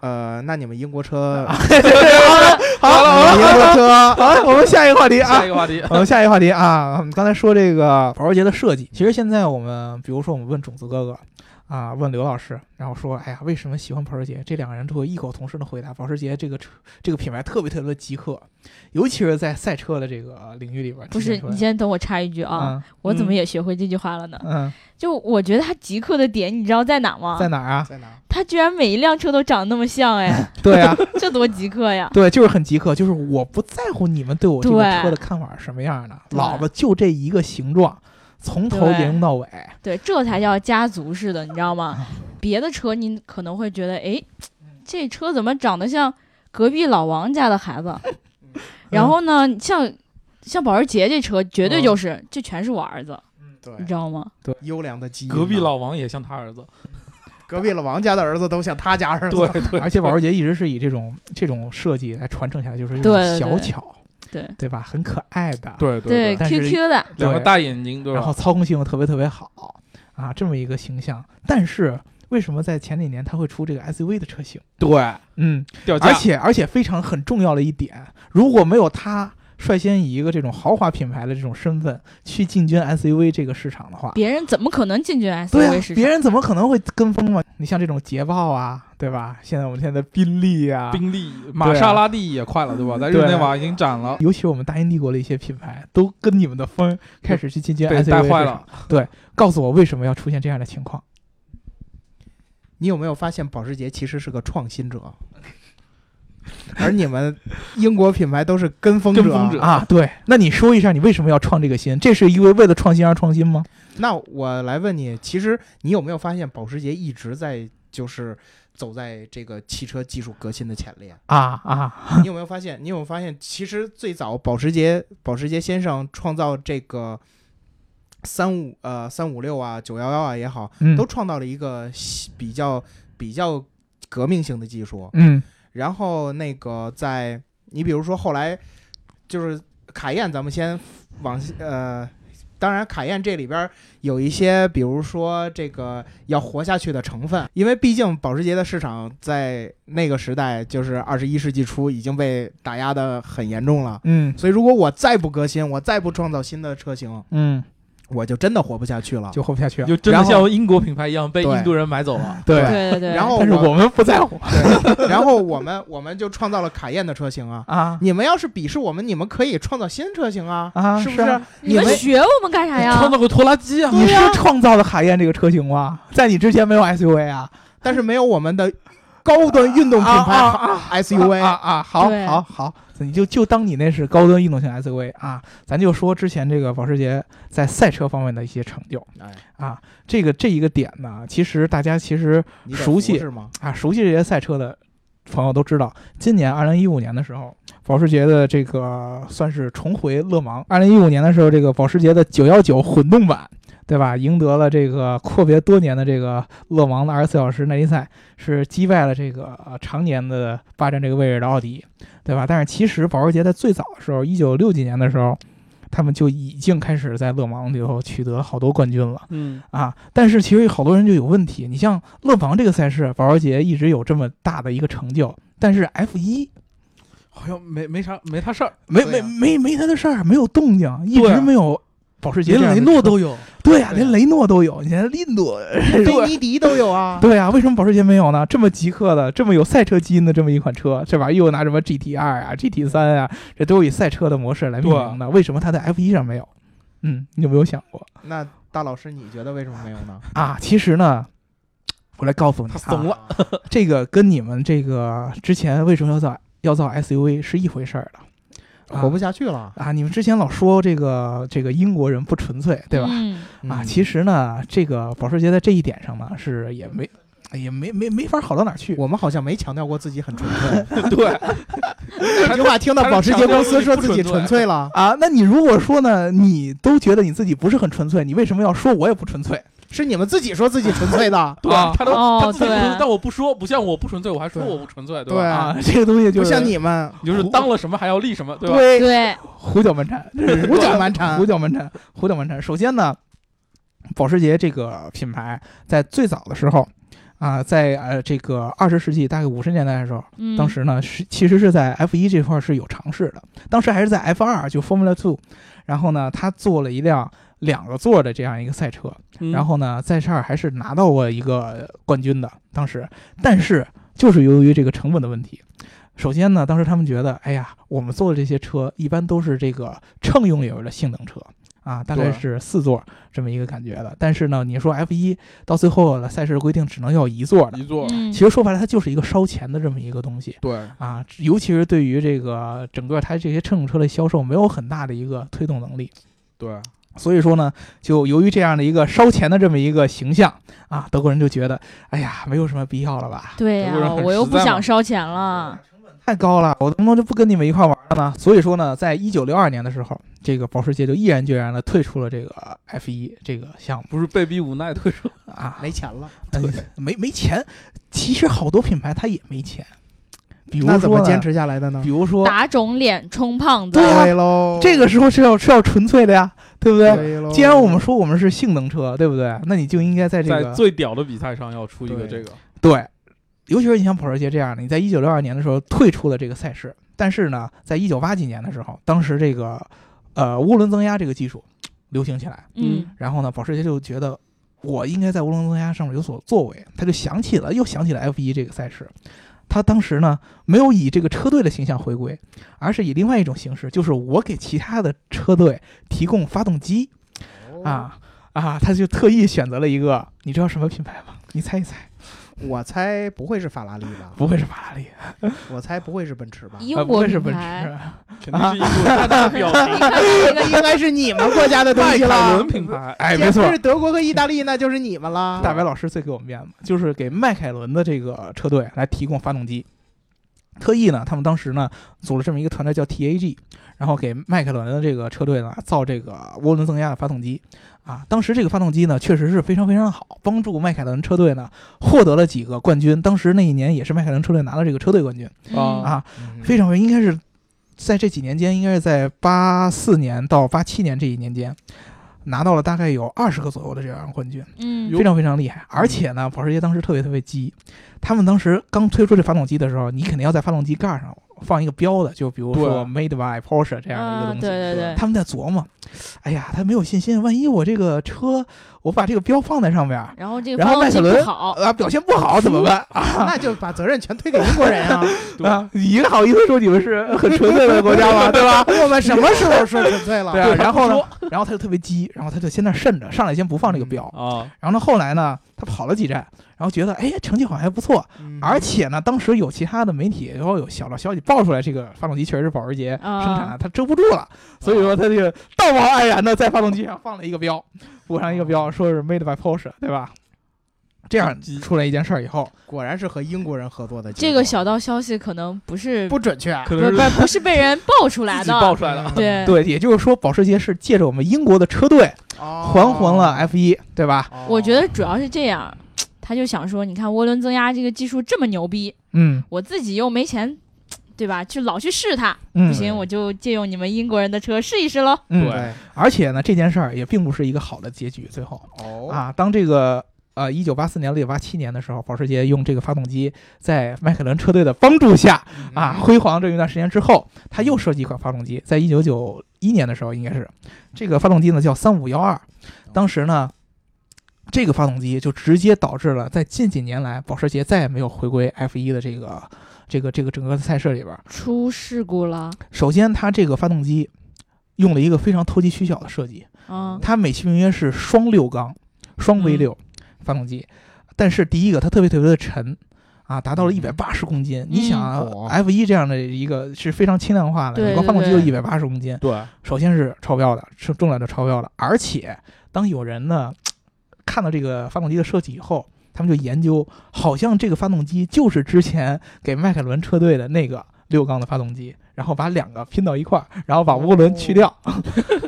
Speaker 3: 呃，那你们英国 车，
Speaker 2: 好了好了
Speaker 3: 你们英国车，
Speaker 2: 好了，我们下一个话题啊
Speaker 4: 下。一个话题，
Speaker 2: 我们下一个话题啊，我们刚才说这个保时捷的设计，其实现在我们比如说我们问种子哥哥啊，问刘老师，然后说，哎呀，为什么喜欢保时捷？这两个人都会异口同声的回答，保时捷这个车这个品牌特别特别的极客，尤其是在赛车的这个领域里边。
Speaker 1: 不是，你先等我插一句
Speaker 3: 嗯
Speaker 1: 啊，
Speaker 2: 啊，
Speaker 1: 我怎么也学会这句话了呢？
Speaker 2: 嗯，
Speaker 1: 就我觉得他极客的点，你知道在哪吗？
Speaker 2: 在哪儿啊？
Speaker 3: 在哪？
Speaker 1: 他居然每一辆车都长那么像， 哎，
Speaker 2: 对啊，
Speaker 1: 这多极客呀！
Speaker 2: 对，就是很极客，就是我不在乎你们对我这个
Speaker 1: 对
Speaker 2: 车的看法是什么样的，
Speaker 1: 对
Speaker 2: 老子就这一个形状，从头
Speaker 1: 对
Speaker 2: 沿用到尾。
Speaker 1: 对，这
Speaker 2: 嗯
Speaker 1: 才叫家族式的，你知道
Speaker 2: 啊
Speaker 1: 吗？别的车你可能会觉得，哎，
Speaker 2: 嗯
Speaker 1: 这车怎么长得像隔壁老王家的孩子？
Speaker 2: 嗯
Speaker 1: 然后呢，像像保时捷这车，绝
Speaker 2: 嗯
Speaker 1: 对就是、这全是我儿子，
Speaker 3: 对
Speaker 1: 你知道吗？
Speaker 3: 优良的基因嘛。
Speaker 4: 隔壁老王也像他儿子。
Speaker 3: 隔壁老王家的儿子都像他家儿子。
Speaker 4: 对对，
Speaker 2: 而且保时捷一直是以这种这种设计来传承下来，就是这
Speaker 1: 对
Speaker 2: 种
Speaker 1: 对
Speaker 2: 小巧，
Speaker 1: 对
Speaker 2: 对吧？很可爱的，
Speaker 4: 对
Speaker 1: 对
Speaker 2: 但是
Speaker 1: ，QQ 的，
Speaker 4: 两个大眼睛，对
Speaker 2: 然后
Speaker 4: 吧？
Speaker 2: 操控性又特别特别好啊，这么一个形象。但是为什么在前几年它会出这个 SUV 的车型？
Speaker 4: 对，
Speaker 2: 嗯，
Speaker 4: 掉
Speaker 2: 而
Speaker 4: 价，
Speaker 2: 且而且非常很重要的一点，如果没有它率先以一个这种豪华品牌的这种身份去进军 SUV 这个市场的话，
Speaker 1: 别人怎么可能进军
Speaker 2: 对
Speaker 1: SUV
Speaker 2: 啊
Speaker 1: 市，场？
Speaker 2: 别人怎么可能会跟风嘛？你像这种捷豹啊，对吧？现在我们现在宾利啊，
Speaker 4: 宾利、玛莎拉蒂也快了，对吧？啊在日内瓦已经展了，
Speaker 2: 尤其我们大英帝国的一些品牌，都跟你们的风开始去进军
Speaker 4: 被
Speaker 2: SUV
Speaker 4: 带坏
Speaker 2: 市
Speaker 4: 了
Speaker 2: 场。。告诉我为什么要出现这样的情况？
Speaker 3: 你有没有发现保时捷其实是个创新者？ 而你们英国品牌都是跟风者，
Speaker 4: 跟风者
Speaker 2: 啊，对，那你说一下你为什么要创这个新？这是因为为了创新而创新吗？
Speaker 3: 那我来问你，其实你有没有发现保时捷一直在就是走在这个汽车技术革新的前列？
Speaker 2: 啊啊，
Speaker 3: 你有没有发现？你有没有发现？其实最早保时捷保时捷先生创造这个三五呃三五六啊九幺幺啊也好，
Speaker 2: 嗯，
Speaker 3: 都创造了一个西比较比较革命性的技术。
Speaker 2: 嗯
Speaker 3: 然后那个在你比如说后来就是卡宴，咱们先往呃，当然卡宴这里边有一些，比如说这个要活下去的成分，因为毕竟保时捷的市场在那个时代，就是二十一世纪初已经被打压的很严重了。
Speaker 2: 嗯
Speaker 3: 所以，如果我再不革新，我再不创造新的车型，
Speaker 2: 嗯
Speaker 3: 我就真的活不下去了。
Speaker 2: 就活不下去了。
Speaker 4: 就真的
Speaker 3: 然后
Speaker 4: 像英国品牌一样被
Speaker 3: 对
Speaker 4: 印度人买走了。
Speaker 3: 对
Speaker 2: 啊
Speaker 1: 对对对，
Speaker 3: 然后
Speaker 2: 但是
Speaker 3: 我
Speaker 2: 我们不在乎
Speaker 3: 对，然后我们我们就创造了卡宴的车型啊。
Speaker 2: 啊
Speaker 3: 你们要是鄙视我们，你们可以创造新车型啊，
Speaker 2: 啊！
Speaker 3: 是不
Speaker 2: 是啊？
Speaker 1: 你们
Speaker 3: 你们
Speaker 1: 学我们干啥呀？
Speaker 4: 创造个拖拉机啊！
Speaker 2: 你是创造了卡宴这个车型吗？在你之前没有 SUV 啊？
Speaker 3: 但是没有我们的高端运动品牌
Speaker 2: 啊
Speaker 3: SUV
Speaker 2: 啊啊！好
Speaker 1: 对
Speaker 2: 好好，你就就当你那是高端运动型 SUV 啊！咱就说之前这个保时捷在赛车方面的一些成就
Speaker 3: 哎
Speaker 2: 啊，这个这一个点呢，其实大家其实
Speaker 3: 你得
Speaker 2: 熟悉
Speaker 3: 服是吗？
Speaker 2: 啊，熟悉这些赛车的朋友都知道，今年二零一五年的时候，保时捷的这个算是重回勒芒。二零一五年的时候，这个保时捷的九幺九混动版，对吧？赢得了这个阔别多年的这个勒芒的二十四小时耐力赛，是击败了这个、呃常年的霸占这个位置的奥迪，对吧？但是其实保时捷在最早的时候，一九六几年的时候，他们就已经开始在勒芒里头取得好多冠军了。
Speaker 4: 嗯，
Speaker 2: 啊，但是其实好多人就有问题。你像勒芒这个赛事，保时捷一直有这么大的一个成就，但是 F 一
Speaker 4: 好像没没啥没他事儿，
Speaker 2: 没、
Speaker 3: 对
Speaker 2: 没
Speaker 3: 啊
Speaker 2: 没没他的事儿，没有动静，一
Speaker 4: 对啊
Speaker 2: 直没有保时捷
Speaker 4: 连
Speaker 2: 这样
Speaker 4: 雷
Speaker 2: 的
Speaker 4: 诺
Speaker 2: 车
Speaker 4: 都有，
Speaker 2: 对呀、
Speaker 3: 对
Speaker 2: 连
Speaker 3: 啊
Speaker 2: 雷诺都有，你连印度
Speaker 3: 菲尼迪都有啊，
Speaker 2: 对呀、为什么保时捷没有呢？这么极客的、这么有赛车基因的这么一款车，这玩意儿又拿什么 GT 二啊、GT 三啊，这都是以赛车的模式来命
Speaker 4: 对啊
Speaker 2: 名的，为什么它在 F 一上没有？嗯，你有没有想过
Speaker 3: 那大老师，你觉得为什么没有呢？
Speaker 2: 啊？其实呢，我来告诉你、啊，
Speaker 4: 他怂了。
Speaker 2: 这个跟你们这个之前为什么要造要造 SUV 是一回事儿的，
Speaker 3: 活不
Speaker 2: 下
Speaker 3: 下去了，
Speaker 2: 啊！你们之前老说这个这个英国人不纯粹，对吧？
Speaker 1: 嗯
Speaker 2: 啊，
Speaker 3: 嗯
Speaker 2: 其实呢，这个保时捷在这一点上呢是也没也没没没法好到哪儿去。
Speaker 3: 我们好像没强调过自己很纯 粹。
Speaker 4: 对，，
Speaker 3: 这句话听到保时捷公司说自己纯粹了，
Speaker 2: 啊，那你如果说呢，你都觉得你自己不是很纯粹，你为什么要说我也不纯粹？
Speaker 3: 是你们自己说自己纯粹的
Speaker 4: 对
Speaker 2: 啊
Speaker 4: 他都
Speaker 1: 哦
Speaker 4: 他自己不是
Speaker 1: 对，
Speaker 4: 但我不说，不像我不纯粹，我还说
Speaker 2: 对
Speaker 4: 我不纯粹，
Speaker 3: 对
Speaker 4: 吧？
Speaker 2: 啊，这个东 西就
Speaker 3: 哎不
Speaker 2: 是
Speaker 3: 像你们
Speaker 4: 你就是
Speaker 2: 胡
Speaker 4: 当了什么还要立什么，对吧？
Speaker 2: 对
Speaker 1: 对，
Speaker 2: 胡搅蛮缠，这是
Speaker 3: 胡搅蛮缠
Speaker 2: 胡。搅蛮缠，胡搅蛮缠。首先呢，保时捷这个品牌在最早的时候啊、在呃这个二十世纪大概五十年代的时候，
Speaker 1: 嗯
Speaker 2: 当时呢是其实是在 F 一这块儿是有尝试的，当时还是在 F 二就 Formula Two，然后呢，他做了一辆两个座儿的这样一个赛车，
Speaker 4: 嗯
Speaker 2: 然后呢，在这儿还是拿到过一个冠军的，当时，但是就是由于这个成本的问题。首先呢，当时他们觉得，哎呀，我们做的这些车一般都是这个乘用里边的性能车啊，大概
Speaker 4: 对
Speaker 2: 是四座这么一个感觉的。但是呢，你说 F 一到最后了，赛事规定只能要一座的
Speaker 4: 一，座，
Speaker 1: 嗯
Speaker 2: 其实说白了，它就是一个烧钱的这么一个东西
Speaker 4: 对，
Speaker 2: 啊，尤其是对于这个整个它这些乘用车的销售没有很大的一个推动能力。
Speaker 4: 对，
Speaker 2: 所以说呢，就由于这样的一个烧钱的这么一个形象啊，德国人就觉得，哎呀，没有什么必要了吧，
Speaker 1: 对呀、
Speaker 4: 德国人很
Speaker 1: 我又
Speaker 4: 实
Speaker 1: 不
Speaker 4: 在嘛
Speaker 1: 想烧钱了。
Speaker 2: 太高了，我他妈就不跟你们一块玩了呢。所以说呢，在一九六二年的时候，这个保时捷就毅然决然的退出了这个 F 一这个项目
Speaker 4: 不是被逼无奈退出，
Speaker 2: 啊，
Speaker 3: 没钱了，
Speaker 2: 嗯没没钱。其实好多品牌它也没钱，比如说
Speaker 3: 那怎么
Speaker 2: 呢
Speaker 3: 坚？持下来的呢
Speaker 2: 比？如说
Speaker 1: 打肿脸充胖子，
Speaker 2: 对啊
Speaker 3: 喽，
Speaker 2: 这个时候是要是要纯粹的呀，对不对？
Speaker 3: 哦对喽。
Speaker 2: 既然我们说我们是性能车，对不对？那你就应该在这
Speaker 4: 在
Speaker 2: 个
Speaker 4: 最屌的比赛上要出一个
Speaker 3: 对
Speaker 4: 这个，
Speaker 2: 对，尤其是你像保时捷这样的，你在一九六二年的时候退出了这个赛事，但是呢，在一九八几年的时候，当时这个呃涡轮增压这个技术流行起来，
Speaker 1: 嗯，
Speaker 2: 然后呢，保时捷就觉得我应该在涡轮增压上面有所作为，他就想起了又想起了 F 一这个赛事。他当时呢，没有以这个车队的形象回归，而是以另外一种形式，就是我给其他的车队提供发动机啊
Speaker 1: 哦
Speaker 2: 啊，他就特意选择了一个，你知道什么品牌吗？你猜一猜，
Speaker 3: 我猜不会是法拉利吧？
Speaker 2: 不会是法拉利，
Speaker 3: 我猜不会是奔驰吧？
Speaker 1: 英
Speaker 2: 啊，不
Speaker 1: 国
Speaker 2: 会是
Speaker 1: 品
Speaker 2: 奔驰
Speaker 1: 牌，
Speaker 4: 肯定是一个 大大表情
Speaker 1: 这个
Speaker 3: 应该是你们国家的东
Speaker 4: 迈
Speaker 3: 西
Speaker 4: 凯伦
Speaker 3: 了。
Speaker 4: 品牌，
Speaker 2: 哎，
Speaker 3: 既然
Speaker 2: 没 错
Speaker 3: 不，是德国和意大利，那就是你们了。
Speaker 2: 大白老师最给我们面子，就是给迈凯伦的这个车队来提供发动机。特意呢，他们当时呢组了这么一个团队叫 TAG，然后给迈凯伦的这个车队呢造这个涡轮增压的发动机啊。当时这个发动机呢确实是非常非常好，帮助迈凯伦车队呢获得了几个冠军。当时那一年也是迈凯伦车队拿了这个车队冠军
Speaker 4: 啊
Speaker 2: 啊，
Speaker 3: 嗯
Speaker 2: 非常非常应该是在这几年间，应该是在八四年到八七年这一年间，拿到了大概有二十个左右的这样的冠军，
Speaker 1: 嗯
Speaker 4: 哟
Speaker 2: 非常非常厉害。而且呢，保时捷当时特别特别鸡，他们当时刚推出这发动机的时候，你肯定要在发动机盖上放一个标的，就比如
Speaker 4: 对
Speaker 2: 说 Made by Porsche 这样的一个
Speaker 1: 啊，
Speaker 2: 东西。
Speaker 1: 对对对，
Speaker 2: 他们在琢磨，哎呀，他没有信心，万一我这个车我把这个标放在上面儿，
Speaker 1: 然后这个
Speaker 2: 然后
Speaker 1: 发
Speaker 2: 迈
Speaker 1: 动机
Speaker 2: 凯伦
Speaker 1: 不好，
Speaker 2: 啊表现不好怎么办啊？
Speaker 3: 那就把责任全推给英国人啊！
Speaker 4: 对
Speaker 2: 啊，你好意思说你们是很纯粹 的国家吗？对吧？
Speaker 3: 我们什么时候说纯粹了？
Speaker 2: 对啊，然后呢，然后他就特别急，然后他就先那儿慎着，上来先不放这个标。
Speaker 4: 啊，
Speaker 2: 然后呢，后来呢，他跑了几站，然后觉得哎成绩好像还不错，
Speaker 3: 嗯，
Speaker 2: 而且呢，当时有其他的媒体，然后有小道消息爆出来，这个发动机确实是保时捷
Speaker 1: 啊
Speaker 2: 生产的，它遮不住了，所以说它这个道貌岸然的在发动机上放了一个标，附上一个标，说是 made by Porsche，对吧？哦这样出来一件事儿以后，
Speaker 3: 果然是和英国人合作的结果。
Speaker 1: 这个小道消息可能不是
Speaker 3: 不准确，嗯
Speaker 4: 可
Speaker 1: 不
Speaker 4: 能
Speaker 1: 是
Speaker 4: 是
Speaker 1: 不是不是被人爆出来
Speaker 4: 自己爆
Speaker 1: 的，
Speaker 4: 出来的。
Speaker 1: 对
Speaker 2: 对，也就是说，保时捷是借着我们英国的车队还还了 F 一，对吧？
Speaker 3: 哦。
Speaker 1: 我觉得主要是这样，他就想说，你看涡轮增压这个技术这么牛逼，
Speaker 2: 嗯
Speaker 1: 我自己又没钱，对吧？就老去试它，
Speaker 2: 嗯，
Speaker 1: 不行我就借用你们英国人的车试一试喽。
Speaker 2: 嗯，
Speaker 4: 对
Speaker 3: 对，
Speaker 2: 而且呢，这件事儿也并不是一个好的结局，最后。
Speaker 3: 哦，
Speaker 2: 啊，当这个呃，一九八四年到一九八七年的时候，保时捷用这个发动机在迈凯伦车队的帮助下啊，辉煌这么一段时间之后，他又设计一款发动机，在一九九一年的时候，应该是这个发动机呢叫三五幺二，当时呢。这个发动机就直接导致了，在近几年来，保时捷再也没有回归 F 1的这个、这个、这个整个赛事里边儿。
Speaker 1: 出事故了，
Speaker 2: 首先，它这个发动机用了一个非常投机取巧的设计，
Speaker 1: 嗯
Speaker 2: 它美其名曰是双六缸、双 V 六发动机，但是第一个它特别特别的沉。啊，达到
Speaker 1: 嗯
Speaker 2: 了一百八十公斤。你想啊
Speaker 3: 嗯
Speaker 2: ，F 一这样的一个是非常轻量化的，
Speaker 1: 对
Speaker 2: 整个
Speaker 1: 对
Speaker 2: 发动机就
Speaker 1: 对
Speaker 2: 一百八十公斤。
Speaker 4: 对，
Speaker 2: 首先是超标的，是重量就超标了。而且，当有人呢看到这个发动机的设计以后，他们就研究，好像这个发动机就是之前给迈凯伦车队的那个六缸的发动机，然后把两个拼到一块儿，然后把涡轮去掉，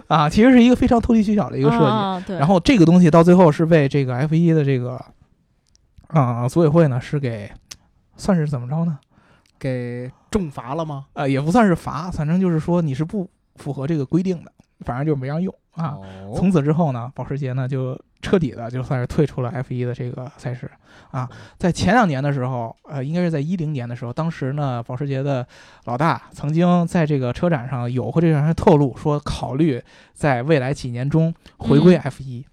Speaker 2: 啊，其实是一个非常投机取巧的一个设计。
Speaker 1: 啊对，
Speaker 2: 然后这个东西到最后是被这个 F 一的这个啊、组委会呢是给算是怎么着呢？
Speaker 3: 给重罚了吗？
Speaker 2: 呃，也不算是罚，反正就是说你是不符合这个规定的，反正就没让用啊。
Speaker 3: 哦
Speaker 2: 从此之后呢，保时捷呢就彻底的就算是退出了 F 一的这个赛事啊。在前两年的时候，呃，应该是在一零年的时候，当时呢，保时捷的老大曾经在这个车展上有或者是透露说，考虑在未来几年中回归
Speaker 1: 嗯
Speaker 2: F 一、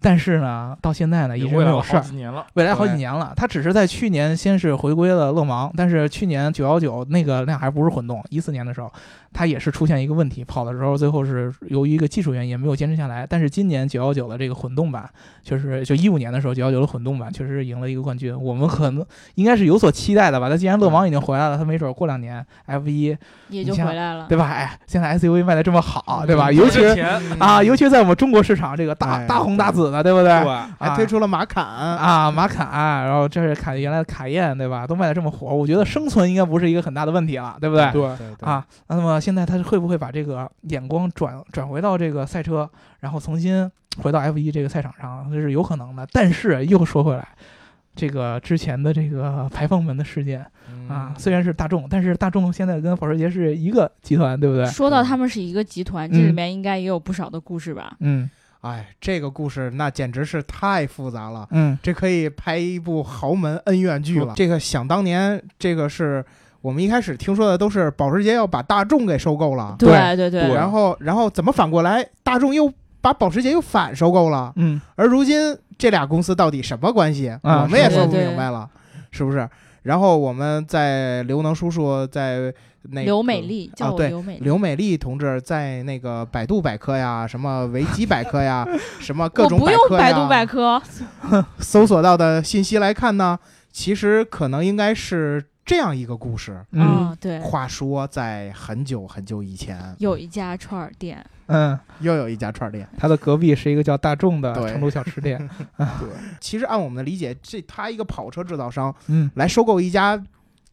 Speaker 2: 但是呢，到现在呢一直
Speaker 4: 未
Speaker 2: 没
Speaker 4: 来
Speaker 2: 有
Speaker 4: 好
Speaker 2: 事儿。
Speaker 4: 几年了，
Speaker 2: 未来好几
Speaker 3: 对
Speaker 2: 年了，它只是在去年先是回归了勒芒，但是去年九幺九那个那还不是混动，一四年的时候，它也是出现一个问题，跑的时候最后是由于一个技术原因没有坚持下来。但是今年九幺九的这个混动版，确实就一五年的时候九幺九的混动版确实赢了一个冠军，我们可能应该是有所期待的吧。它既然勒芒已经回来了，它没准过两年 F 一
Speaker 1: 也就
Speaker 2: 你像
Speaker 1: 回来了。
Speaker 2: 对吧？哎，现在 SUV 卖的这么好，啊对吧？
Speaker 3: 嗯
Speaker 2: 尤其
Speaker 4: 之
Speaker 2: 是
Speaker 4: 前
Speaker 2: 啊，尤其在我们中国市场这个大
Speaker 3: 哎
Speaker 2: 大红大紫的，对不对？
Speaker 4: 对，
Speaker 2: 啊
Speaker 3: 还推出了马坎
Speaker 2: 啊，马卡，然后这是卡原来的卡宴，对吧？都卖的这么火，我觉得生存应该不是一个很大的问题了，对不对？
Speaker 4: 对
Speaker 3: 对对，
Speaker 2: 啊，那么现在他会不会把这个眼光转转回到这个赛车，然后重新回到 F 一这个赛场上，这是有可能的。但是又说回来，这个之前的这个排放门的事件
Speaker 3: 嗯
Speaker 2: 啊，虽然是大众，但是大众现在跟保时捷是一个集团，对不对？
Speaker 1: 说到他们是一个集团，
Speaker 2: 嗯
Speaker 1: 这里面应该也有不少的故事吧？
Speaker 2: 嗯
Speaker 3: 哎，这个故事那简直是太复杂了。
Speaker 2: 嗯
Speaker 3: 这可以拍一部豪门恩怨剧了。这个想当年，这个是我们一开始听说的，都是保时捷要把大众给收购了，
Speaker 1: 对对对
Speaker 4: 对
Speaker 3: 啊然后然后怎么反过来，大众又把保时捷又反收购了，
Speaker 2: 嗯，
Speaker 3: 而如今这俩公司到底什么关系，
Speaker 2: 啊
Speaker 3: 我们也
Speaker 1: 是
Speaker 3: 说不
Speaker 1: 对对
Speaker 3: 明白了，是不是？然后我们在刘能叔叔在那个嗯哦
Speaker 1: 刘美丽叫我
Speaker 3: 对
Speaker 1: 刘美丽，
Speaker 3: 刘美丽同志在那个百度百科呀、什么维基百科呀、什么各
Speaker 1: 我
Speaker 3: 种
Speaker 1: 不用
Speaker 3: 科
Speaker 1: 百
Speaker 3: 呀
Speaker 1: 度百科，
Speaker 3: 搜索到的信息来看呢，其实可能应该是这样一个故事。
Speaker 2: 嗯
Speaker 1: 嗯，对，
Speaker 3: 话说在很久很久以 前，
Speaker 1: 有一家串儿店，
Speaker 2: 嗯，
Speaker 3: 又有一家串儿店。
Speaker 2: 他的隔壁是一个叫大众的
Speaker 3: 对
Speaker 2: 成都小吃店，
Speaker 3: 其实按我们的理解，这他一个跑车制造商
Speaker 2: 嗯
Speaker 3: 来收购一家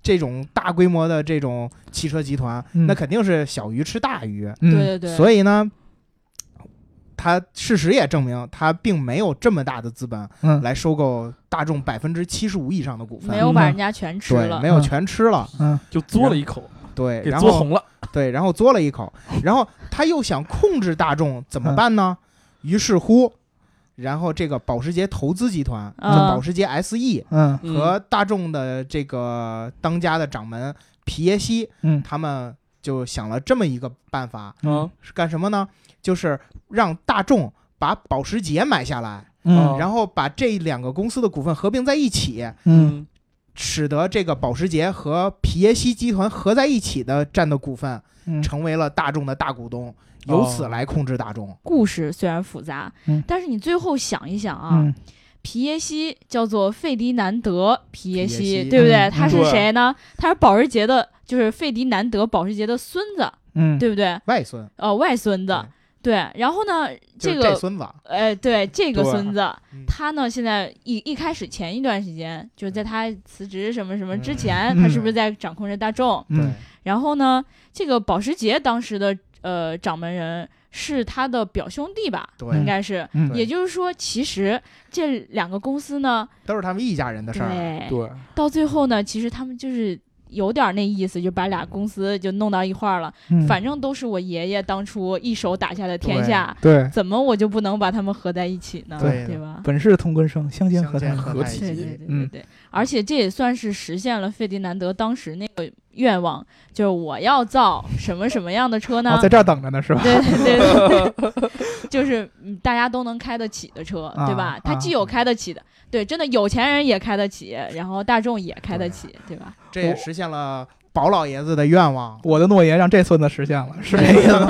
Speaker 3: 这种大规模的这种汽车集团，
Speaker 2: 嗯
Speaker 3: 那肯定是小鱼吃大鱼。
Speaker 2: 嗯，
Speaker 1: 对对对，
Speaker 3: 所以呢，他事实也证明，他并没有这么大的资本
Speaker 2: 嗯
Speaker 3: 来收购大众百分之七十五以上的股份，
Speaker 1: 没有
Speaker 2: 嗯
Speaker 1: 把
Speaker 2: 呢
Speaker 1: 人家全吃
Speaker 3: 对，
Speaker 1: 了
Speaker 3: 没。有全吃了，
Speaker 2: 嗯
Speaker 4: 就嘬了一口，
Speaker 3: 对，
Speaker 4: 给
Speaker 3: 然
Speaker 4: 嘬
Speaker 3: 后
Speaker 4: 红了，
Speaker 3: 对，然后嘬了一口，然后他又想控制大众，怎么办呢？于是乎，然后这个保时捷投资集团，
Speaker 1: 嗯
Speaker 3: E 保时捷 SE
Speaker 2: 嗯
Speaker 4: 嗯
Speaker 3: 和大众的这个当家的掌门皮耶希，
Speaker 2: 嗯
Speaker 3: 他们就想了这么一个办法，
Speaker 2: 嗯
Speaker 3: 是干什么呢？就是让大众把保时捷买下来，
Speaker 2: 嗯
Speaker 3: 然后把这两个公司的股份合并在一起，
Speaker 2: 嗯
Speaker 3: 使得这个保时捷和皮耶希集团合在一起的占的股份
Speaker 2: 嗯哦
Speaker 3: 成为了大众的大股东，由此来控制大众。
Speaker 1: 故事虽然复杂，
Speaker 2: 嗯
Speaker 1: 但是你最后想一想啊，
Speaker 2: 嗯
Speaker 1: 皮耶希叫做费迪南德·皮耶
Speaker 3: 皮耶
Speaker 1: 希，
Speaker 3: 希
Speaker 1: 对不对？
Speaker 2: 嗯
Speaker 1: 他是
Speaker 4: 对
Speaker 1: 谁呢？他是保时捷的，就是费迪南德·保时捷的孙子，
Speaker 2: 嗯，
Speaker 1: 对不对？
Speaker 3: 外孙，
Speaker 1: 呃，外孙子。对，然后呢，
Speaker 3: 就是
Speaker 1: 个
Speaker 3: 这孙子，
Speaker 1: 哎，对这个
Speaker 4: 对
Speaker 1: 孙子
Speaker 3: 嗯，
Speaker 1: 他呢现在一一开始前一段时间，就是在他辞职什么什么之
Speaker 3: 嗯
Speaker 1: 前，
Speaker 2: 嗯
Speaker 1: 他是不是在掌控着大众？
Speaker 2: 嗯
Speaker 3: 对，
Speaker 1: 然后呢，这个保时捷当时的呃掌门人是他的表兄弟吧，
Speaker 3: 对
Speaker 1: 应该是。
Speaker 2: 嗯
Speaker 3: 对
Speaker 1: 也就是说，其实这两个公司呢，
Speaker 3: 都是他们一家人的事儿。
Speaker 1: 对，
Speaker 4: 对，
Speaker 1: 到最后呢，其实他们就是有点儿那意思，就把俩公司就弄到一块儿了。
Speaker 2: 嗯
Speaker 1: 反正都是我爷爷当初一手打下的天下，
Speaker 2: 对，
Speaker 1: 怎么我就不能把他们合在一起呢？
Speaker 3: 对
Speaker 1: 对吧？
Speaker 2: 本是同根生，相煎
Speaker 3: 相
Speaker 2: 何太
Speaker 3: 煎何
Speaker 2: 何
Speaker 3: 太
Speaker 2: 体
Speaker 3: 急
Speaker 1: 对对对对
Speaker 2: 嗯
Speaker 1: 对，而且这也算是实现了费迪南德当时那个愿望，就是我要造什么什么样的车呢
Speaker 2: 哦，？在这儿等着呢，是吧？
Speaker 1: 对对对 对，就是嗯大家都能开得起的车，对吧
Speaker 2: 啊？
Speaker 1: 它
Speaker 2: 啊
Speaker 1: 既有开得起的，对，真的有钱人也开得起，然后大众也
Speaker 2: 啊
Speaker 1: 开得起，对吧？
Speaker 3: 这也实现了宝老爷子的愿望，
Speaker 2: 我的诺言让这孙子实现了，是这 意思 吗？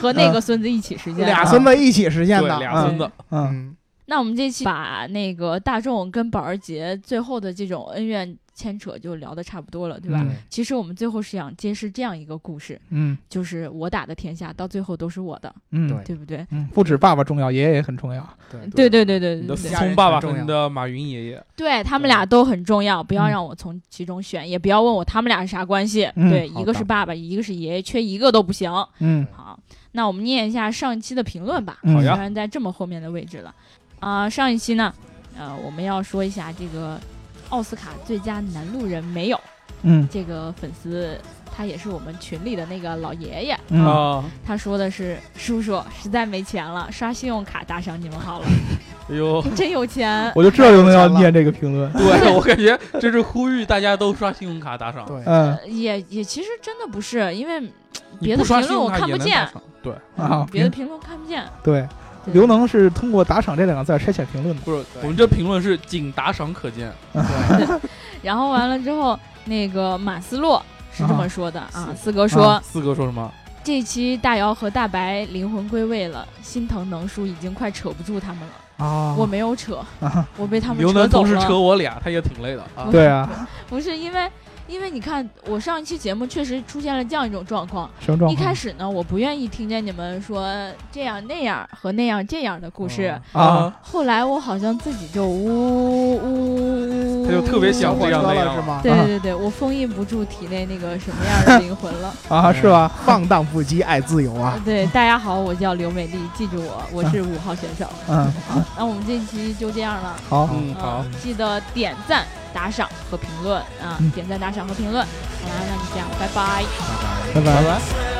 Speaker 1: 和那个孙子一啊起实现。
Speaker 3: 俩孙子一起实现
Speaker 4: 对
Speaker 3: 的。
Speaker 4: 俩孙
Speaker 1: 对
Speaker 4: 子，
Speaker 2: 嗯
Speaker 3: 嗯，
Speaker 1: 那我们这期把那个大众跟保时捷最后的这种恩怨牵扯就聊得差不多了，对吧？
Speaker 2: 嗯
Speaker 1: 其实我们最后是想揭示这样一个故事，
Speaker 2: 嗯
Speaker 1: 就是我打的天下到最后都是我的，
Speaker 2: 嗯，
Speaker 3: 对
Speaker 1: 对不对？
Speaker 2: 嗯，不止爸爸重要，爷爷也很重要。
Speaker 3: 对
Speaker 1: 对对对对
Speaker 4: 你
Speaker 1: 对
Speaker 4: 的
Speaker 1: 对
Speaker 4: 思
Speaker 1: 对，
Speaker 3: 家人
Speaker 4: 聪爸
Speaker 3: 全
Speaker 4: 爸
Speaker 3: 重
Speaker 4: 和你的马云爷爷，
Speaker 1: 对他们俩都很重要，不要
Speaker 2: 啊嗯
Speaker 1: 让我从其中选，也不要问我他们俩是啥关系。
Speaker 2: 嗯
Speaker 1: 对，
Speaker 2: 好
Speaker 1: 一个是
Speaker 2: 的
Speaker 1: 爸爸，一个是爷爷，缺一个都不行。
Speaker 2: 嗯，
Speaker 1: 好，那我们念一下上一期的评论吧。
Speaker 2: 嗯
Speaker 4: 好
Speaker 1: 当
Speaker 4: 呀
Speaker 1: 然在这么后面的位置了。啊、上一期呢，呃，我们要说一下这个奥斯卡最佳男路人没有
Speaker 2: 嗯
Speaker 1: 这个粉丝，他也是我们群里的那个老爷爷，
Speaker 2: 嗯，
Speaker 4: 啊，
Speaker 1: 他说的是叔叔实在没钱了，刷信用卡打赏你们好 了，
Speaker 4: 哎
Speaker 2: 哦
Speaker 4: 呦，
Speaker 1: 真有钱。
Speaker 2: 我就知道有人要念这个评论。
Speaker 4: 对我 感觉这是呼吁大家都刷信用卡打赏，
Speaker 3: 对，
Speaker 2: 嗯
Speaker 1: 呃也也其实真的不是，因为别的
Speaker 4: 你
Speaker 1: 评
Speaker 4: 不刷信
Speaker 1: 论我
Speaker 4: 用卡
Speaker 1: 看
Speaker 4: 也
Speaker 1: 不
Speaker 4: 能
Speaker 1: 见
Speaker 4: 打，赏，对，
Speaker 2: 啊，
Speaker 1: 别的评论看不见。
Speaker 2: 对，
Speaker 1: 对
Speaker 2: 刘能是通过“打赏”这两个字筛选评论的。
Speaker 4: 不是我们这评论是仅打赏可见，
Speaker 1: 然后完了之后，那个马斯洛是这么说的啊，
Speaker 4: 啊
Speaker 1: 四哥说、
Speaker 2: 啊
Speaker 4: 四哥说什么？
Speaker 1: 这期大姚和大白灵魂归位了，心疼能叔已经快扯不住他们了。
Speaker 2: 啊
Speaker 1: 我没有扯，
Speaker 2: 啊，
Speaker 1: 我被他们
Speaker 4: 刘
Speaker 1: 扯
Speaker 4: 能
Speaker 1: 走
Speaker 4: 同时扯
Speaker 1: 了。
Speaker 4: 我俩，他也挺累的啊。
Speaker 2: 对啊，
Speaker 1: 不是因为，因为你看，我上一期节目确实出现了这样一种状况。
Speaker 2: 什么状况？
Speaker 1: 一开始呢，我不愿意听见你们说这样那样和那样这样的故事。
Speaker 4: 嗯
Speaker 2: 啊，
Speaker 1: 后来我好像自己就呜呜呜，
Speaker 4: 他就特别想
Speaker 3: 火
Speaker 4: 这
Speaker 3: 车
Speaker 4: 样那
Speaker 3: 了
Speaker 4: 样
Speaker 3: 是吗？
Speaker 1: 对对对对，我封印不住体内那个什么样的灵魂了。
Speaker 2: 啊，是吧？
Speaker 3: 放荡不羁，爱自由啊！
Speaker 1: 对，大家好，我叫刘美丽，记住我，我是五号选手。
Speaker 2: 嗯，
Speaker 1: 那我们这期就这样了，
Speaker 2: 好，
Speaker 4: 嗯，
Speaker 1: 嗯
Speaker 4: 好，
Speaker 1: 记得点赞、打赏和评论啊
Speaker 2: 嗯，
Speaker 1: 点赞、打赏和评论。好啦，那就这样，拜拜。
Speaker 2: 拜拜。
Speaker 4: 拜。
Speaker 5: Say